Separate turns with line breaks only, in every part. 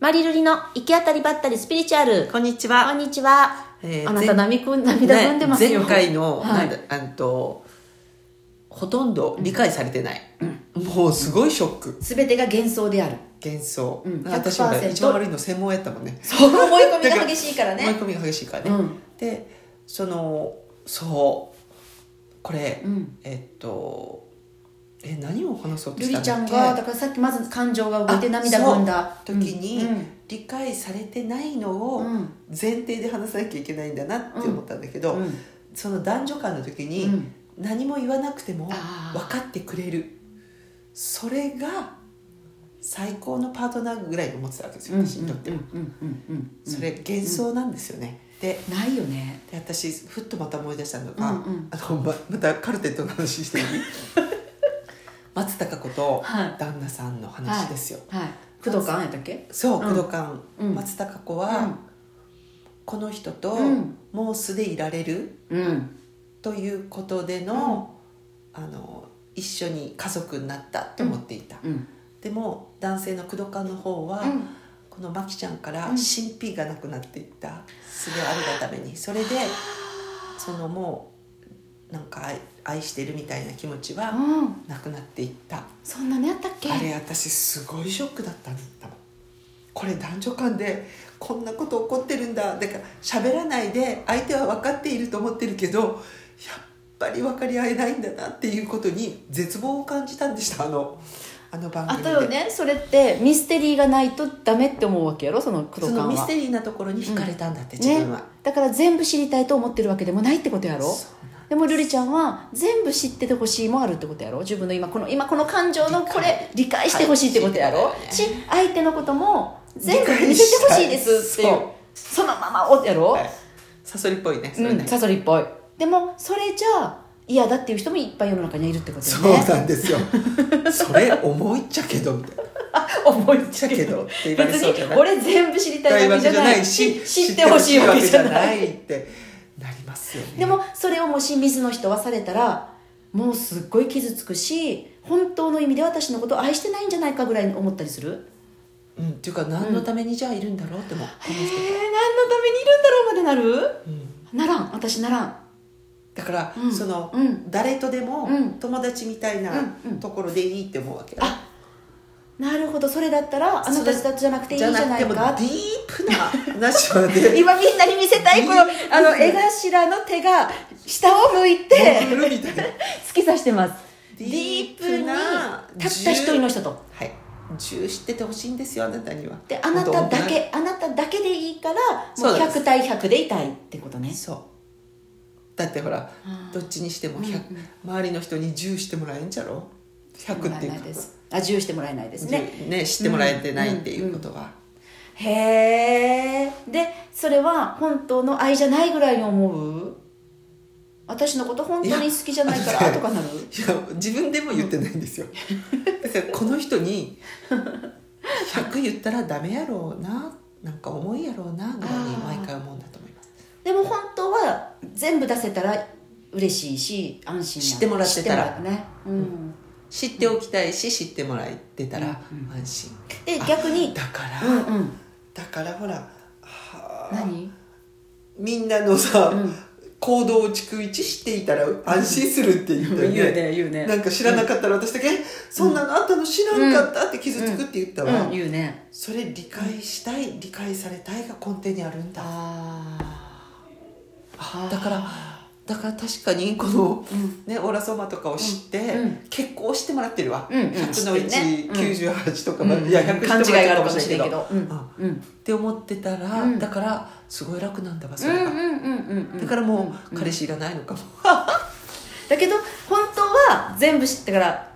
マリルリの行き当たりばったりスピリチュアル。
こんにち
こ
は。
んにちは。
えー
あなた
前
涙ぐん涙ぐんでますよ。
ね前回の、
はい
なんだあんとほとんど理解されてない、もうすごいショック
全てが幻想であ る。
幻想、
うん
私は
100%
一番悪いの専門やったもんね
そう思い込みが激しいから
思 い
ね。
込みが激しいからね、
うん
でそのそうこれ、
うん。
えっとえ何を話そうと
ル
し
リ
た
ちゃ
ん
ん
だ
が
っけ
だからさっきまず感情が動いて涙ぐんだ
そう時に、
うん
理解されてないの
う
を
んうん
前提で話さなきゃいけないんだなって思ったんだけど、
うん
その男女間の時に、
うん
何も言わなくても分
あー
かってくれるそれが最高のパートナーぐらいに思ってたわけですよ、私にとっては、
うんうんうんうん
それ幻想なんですよね、で
ないよね。
で私ふっとまた思い出したのが、
うんうん
あのままたカルテットの話していい 松たか子と
はい
旦那さんの話ですよ、
はい。工藤館やったっけ？
そう
うん
工藤館、
うん
松たか子
う
は、
ん
この人と
うん
もうすでいられる
うん
ということでの,、あの一緒に家族になったと思っていた、
うん
でも男性の工藤館の方は、
うん
このマキちゃんから
うん
神秘がなくなっていったすごいあるがためにそれでそのもうなんか愛愛してるみたいな気持ちは
うん。
なくなっていった、
そんなのやったっけ？
あれ私すごいショックだったんだこれ男女間でこんなこと起こってるんだだから喋らないで相手は分かっていると思ってるけどやっぱり分かり合えないんだなっていうことに絶望を感じたんでしたあのあの番
あ
組で
とよねそれってミステリーがないとダメって思うわけやろその工藤
そ
館
の
は
ミステリーなところに惹かれたんだって、自
ね
分は、
だから全部知りたいと思ってるわけでもないってことやろ
そうなん
でもルリちゃんは全部知っててほしいもあるってことやろ自分の今この今この感情の
理解
これ理解してほしいってことやろ、
はい
し相手のことも全部
理解したい
見せてほしいですっていう
そう
そのままをやろ、
はいサソリっぽいねそれ
う
ね、
んサソリっぽいでもそれじゃあ嫌だっていう人もいっぱい世の中にはいるってこと
そう
よね
なんですよそれ重いっちゃけどみたいな
思いっ
ちゃけどって言われ
別
そうじゃない
に俺全部知りた
た
い
い
わ
わ
け
け
じ
じ
ゃ
ゃ
な
ないい
し
し
知ってほしいわけじゃない
知ってほしいわけじゃないってなりますよね
でもそれをもし水の人はされたらもうすっごい傷つくし本当の意味で私のことを愛してないんじゃないかぐらいに思ったりする
うんっていうか何のためにじゃあいるんだろうっても、う
えー、何のためにいるんだろうまでなる
うん
ならん私ならん
だから、
うん
その、
うん
誰とでも
うん
友達みたいな
うんうん
ところでいいって思うわけ、
あなるほどそれだったらあなたたちじゃなくていいじゃない
じゃな
か
くてもディープな話ま で
今みんなに見せたいこのあの絵頭の手が下を向いて
潜るみたいな
突き刺してますデ
デ
ィ
ィ
ー
ー
プ
プ
に
な
たった一人の人と
はい銃知っててほしいんですよあなたには
であなただ
本
けあなただけでいいから
そう
もう
なんです
100対100でいたいってこと
当
ね
にそうだってほら
あー
どっちにしても、
うんうん
100周りの人に銃してもらえんじゃろ100って
もらえ
いうか
ないですあ10してもらえないですね
10ね知ってもらえてないっていうことは、
へえでそれは本当の愛じゃないぐらいに思う私のこと本当に好きじゃないか
い
ら
や
とかなる
いや自分でも言ってないん ですよ、だからこの人に100言ったらダメやろうななんか重いやろうなぐらいに毎回思うんだと思います
でも本当は全部出せたら嬉しいし安心な
知ってもらってたら
知ってもらうね、うん、
知っておきたいし知ってもらえてたら
うん
安心、
で逆に
だから、
うんうん
だからほらはあ
何
みんなのさ、
うん
行動を逐一知っていたら安心するって言ったよね,、
言うね
なんか知らなかったら私だけ、えそんなのあったの知らんかったって傷つくって言ったわ、
うん、言うね
それ理解したい理解されたいが根底にあるんだ
あ
あだからだから確かにこの、ね、オーラソーマとかを知って、
うんうん
結構知ってもらってるわ、
うんうん
100の
知ってるねうん
198とか
あ、
まで、いや100知ってもら
勘違
っ
い
て
が
る
あ
か
る
も
かも
し
し
れ
れ
なん
け
いけど
ど、うん
あ
うん
って思ってたら、
うん
だからすごい楽なんだわそ
うん
れ
う
が、
んうんうん
だから
うん
も
うん
う彼氏いらないのかも、
だけど本当は全部知ってから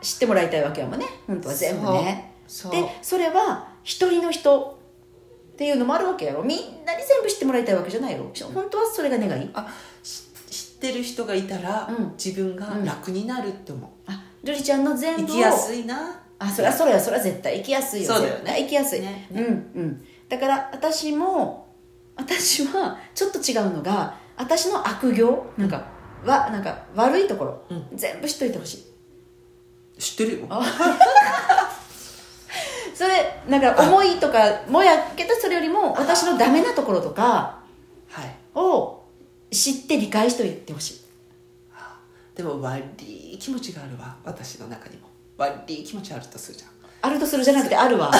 知ってもらいたいわけやもんね本当は全部ね
そう
でそれは一人の人っていうのもあるわけやろみんなに全部知ってもらいたいわけじゃないやろ本当はそれが願い
あし知ってる人がいたら、
うん
自分が楽になるって思う、
あルリちゃんの全部を
生きやすいな
あそりゃそりゃそりゃ絶対行きやすいよ
そうだよね
絶対行きやすい、
ね
うんうんだから私も私はちょっと違うのが私の悪行なんか、わなんか悪いところ、
うん
全部知っといてほしい
知ってるよ
それなんか思いとかもやけどそれよりも私のダメなところとか
はい
を知って理解しておいてほしい
でも悪い気持ちがあるわ私の中にも悪い気持ちあるとするじゃん
あるとするじゃなくてあるわ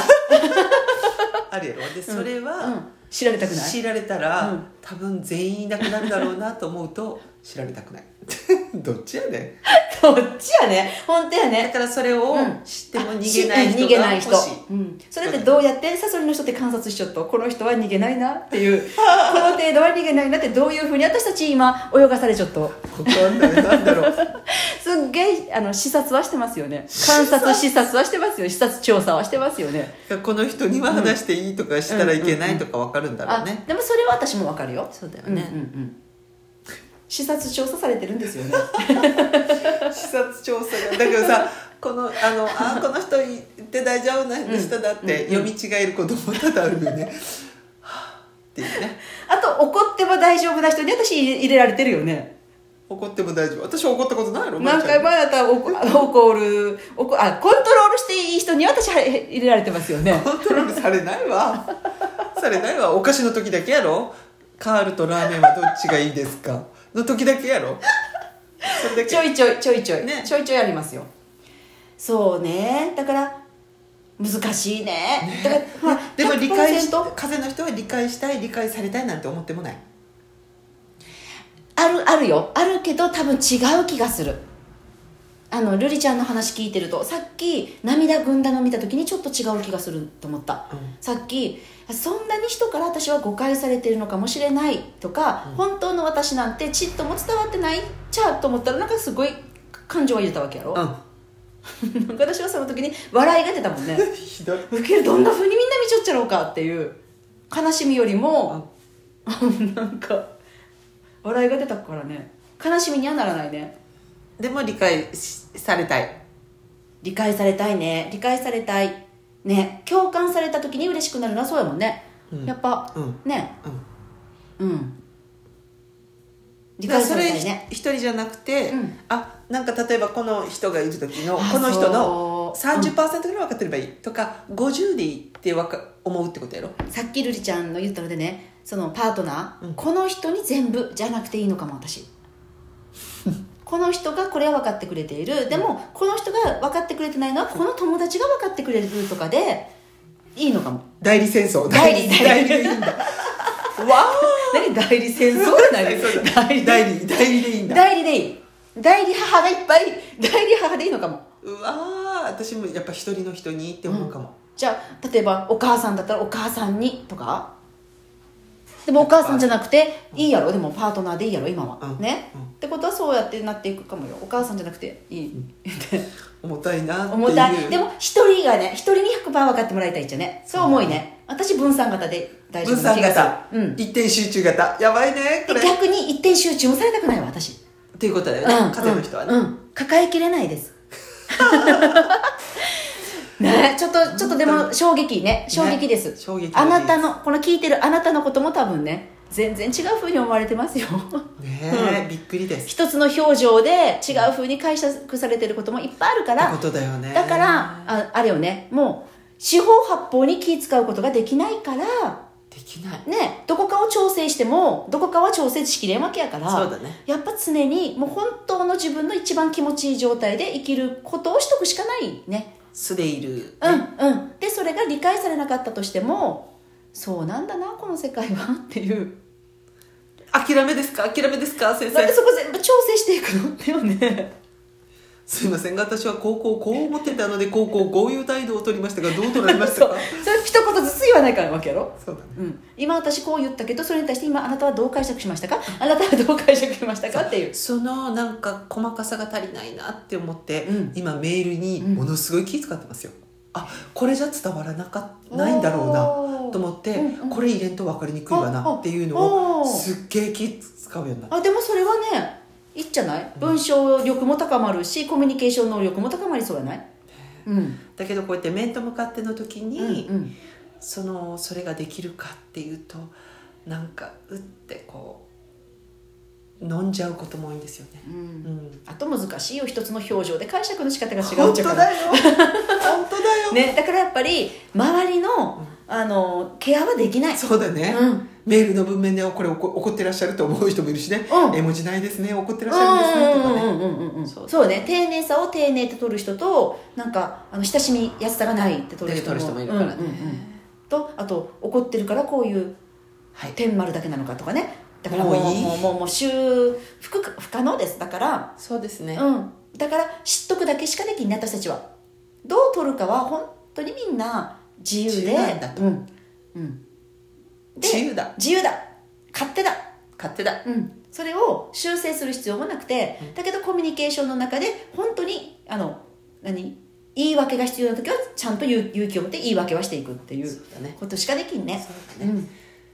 あるやろでそれは、
うん、知られたくない
知られたら、
うん
多分全員いなくなるだろうなと思 うと知られたくない どっちやね
どっちやね本当や
んだ
ね
からそれを
うん
知っても逃げない
しうん
人
逃げ
が
ない
欲し
人
い、
うん、それってどうやってサソリの人って観察しちゃっとこの人は逃げないなっていうこの程度は逃げないなってどういうふうに私たち今泳がされちゃっと
わかんないなんだろう
すっげえあの視察はしてますよね観察視察はしてますよ視察調査はしてますよね
この人には話していいとかしたらいけないとかわかるんだろうね、
あでもそれは私もわかるよ
そうだよ
うんうんう
ね、
ん視察調査されてるんですよね
視察調査がだけど さこのあのあーこの人言って大丈夫な人だって
うんう
読
ん
み違えることも多々あるよね、はあっていうね
あと怒っても大丈夫な人に私入れられてるよね
怒っても大丈夫私は怒ったことないの
何回前だったら怒怒る怒あコントロールしていい人に私は入れられてますよ ね
コントロールされないわされないわお菓子の時だけやろカールとラーメンはどっちがいいですかの時だけやろそれだ
ちょ
け
いちょいちょいちょい、
ね
ちょいちょいありますよそうねだから難しいねだから、まあ、
でも理解し
100%
風の人は理解したい理解されたいなんて思ってもない
あるあるよあるけど多分違う気がするあの瑠璃ちゃんの話聞いてるとさっき涙ぐんだの見た時にちょっと違う気がすると思った、
うん
さっきそんなに人から私は誤解されてるのかもしれないとか、本当の私なんてちっとも伝わってないちゃうと思ったらなんかすごい感情が入れたわけやろ、
う
なんか私はその時に笑いが出たもんね
んひどい
受けるどんなふうにみんな見ちゃっちゃろうかっていう悲しみよりも、なんか笑いが出たからね悲しみにはならないね
でも理解しされたい
理解されたいね理解されたいね共感された時に嬉しくなるのはそうやもんね、
うん
やっぱ、
うん
ね
うん
うん理解
だからそ
され
れ
たいね
一人じゃなくて、
うん
あなんか例えばこの人がいる時の
あ
この人の
そう
30%ぐらい分かってればいいとか50でいいってわか思うってことやろ
さっき瑠璃ちゃんの言ったのでねそのパートナー、
うん
この人に全部じゃなくていいのかも 私この人がこれは分かってくれているでもこの人が分かってくれてないのはこの友達が分かってくれるとかでいいのかも
代理戦争
代理
代理 でいいんだわ
何代理戦 争じゃない
そうだ
代理
代理代理でいいんだ
代理でいい代理母がいっぱい代理母でいいのかも
うわー私もやっぱ一人の人にって思うかも、
じゃあ例えばお母さんだったらお母さんにとかでもお母さんじゃなくていいやろでもパートナーでいいやろ今は、
うん
ね、
うん
ってことはそうやってなっていくかもよお母さんじゃなくていい、 って
重たいなっていう
重たいでも一人がね一人に100%分かってもらいたいじゃねそう思いね、私分散型で大丈
分
夫な
散
気がす
型、
るうんで
一点集中型やばいねこれっ
逆に一点集中もされたくないわ私
ていうことだよね、
うん、
風の人はね、
うんうん抱えきれないです ねちょっとちょっとでも衝撃ね衝撃です、
ね衝撃
あなたのこの聞いてるあなたのことも多分ね全然違う風に思われてますよ
ねえ、びっくりです
一つの表情で違う風に解釈されてることもいっぱいあるか
って
ら
ことだよね
だからああれよねもう四方八方に気使うことができないから
できない
ねどこかを調整してもどこかは調整しきれんわけやから
そうだね
やっぱ常にもう本当の自分の一番気持ちいい状態で生きることをしとくしかないね
素でいる、
うんうんでそれが理解されなかったとしてもそうなんだなこの世界はっていう
諦めですか諦めですか先
なんで
生
そこ全部調整していくのってよね
すいません私は高校こう思ってたので高校こういう態度を取りましたがどう取られま し
そ
た
う
か
それ一言ずつ言わないからわけやろ
そうだね
うん、今私こう言ったけどそれに対して今あなたはどう解釈しましたかあなたはどう解釈しましたかっていう
そのなんか細かさが足りないなって思って、
うん
今メールにものすごい気遣ってますよ、あこれじゃ伝わらなかないんだろう
おー
なと思って、
うんうん
これ入れんと分かりにくい
あ
わ
あ
なっていうの
お
を
ー
すっげえ気使うようになった
あでもそれはねいいじゃない文章力も高まるしコミュニケーション能力も高まりそうやないうん
だけどこうやって面と向かっての時に、
うんうん
そのそれができるかっていうとなんかうってこう飲んじゃうことも多いんですよね。
う、
うんん、
あと難しいよ一つの表情で解釈の仕方が違う
本
っち
当
ゃうから
だよ本当だよ、
ね、だからやっぱり周りのあのケアはできない
そうだね、
うん
メールの文面でこれ怒怒ってらっしゃると思う人もいるしね、
うん
絵文字ないですね怒ってらっしゃるんですねとかね、
そうそうね丁寧さを丁寧って取る人となんかあの親しみやすさがないって取る人も
って取る人もいるからね
うんうんうんとあと怒ってるからこういう
はい
天丸だけなのかとかねだからも
も
う
ういい
もうもうもう修復か不可能ですだから、
そうですね、
うん、だから知っとくだけしかできない私たちはどう取るかは本当にみんな自由で
自由なんだと
うんうん、で
自由だ
自由だ勝手だ
勝手だ
うん、それを修正する必要もなくて、だけどコミュニケーションの中で本当にあの何言い訳が必要な時はちゃんと勇勇気を持って言い訳はしていくってい
そう
う
だね
ことしかできんね
そうだね、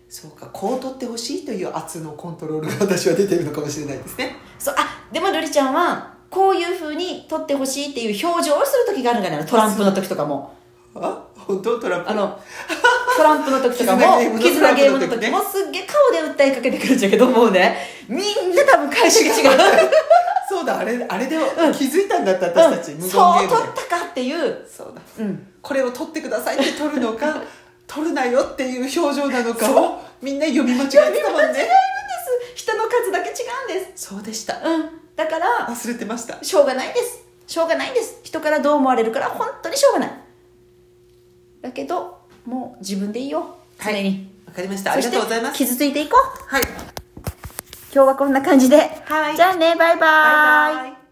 そうかこう取ってほしいという圧のコントロールが私は出てるのかもしれないですね
そうあでも瑠璃ちゃんはこういうふうに取ってほしいっていう表情をする時があるんだよねトランプの時とかも
あ本当トランプ
あのトランプの時とかも絆
絆
ゲ
ゲ
ー
ー
ム
ム
の
の
時
時ね
もすっげえ顔で訴えかけてくるんだけどもうねみんな多分解釈違う
そうだあれあれで気づいたんだった
うん
私たち、無言
そう取
ゲームで
ったかっていう、
そうだ
うん、
これを取ってくださいって取るの か取るなよっていう表情なのかをみんな読み間違えてたもんね
です人の数だけ違うんです
そうでした
うんだから
忘れてました
しょうがないですしょうがないです人からどう思われるから本当にしょうがないだけどもう自分でいいよ常に、
わかりましたあ
そ
り
し
が
て
とうございます
傷ついていこう
はい
今日はこんな感じで、
はい
じゃあねバイバイ
バイバイ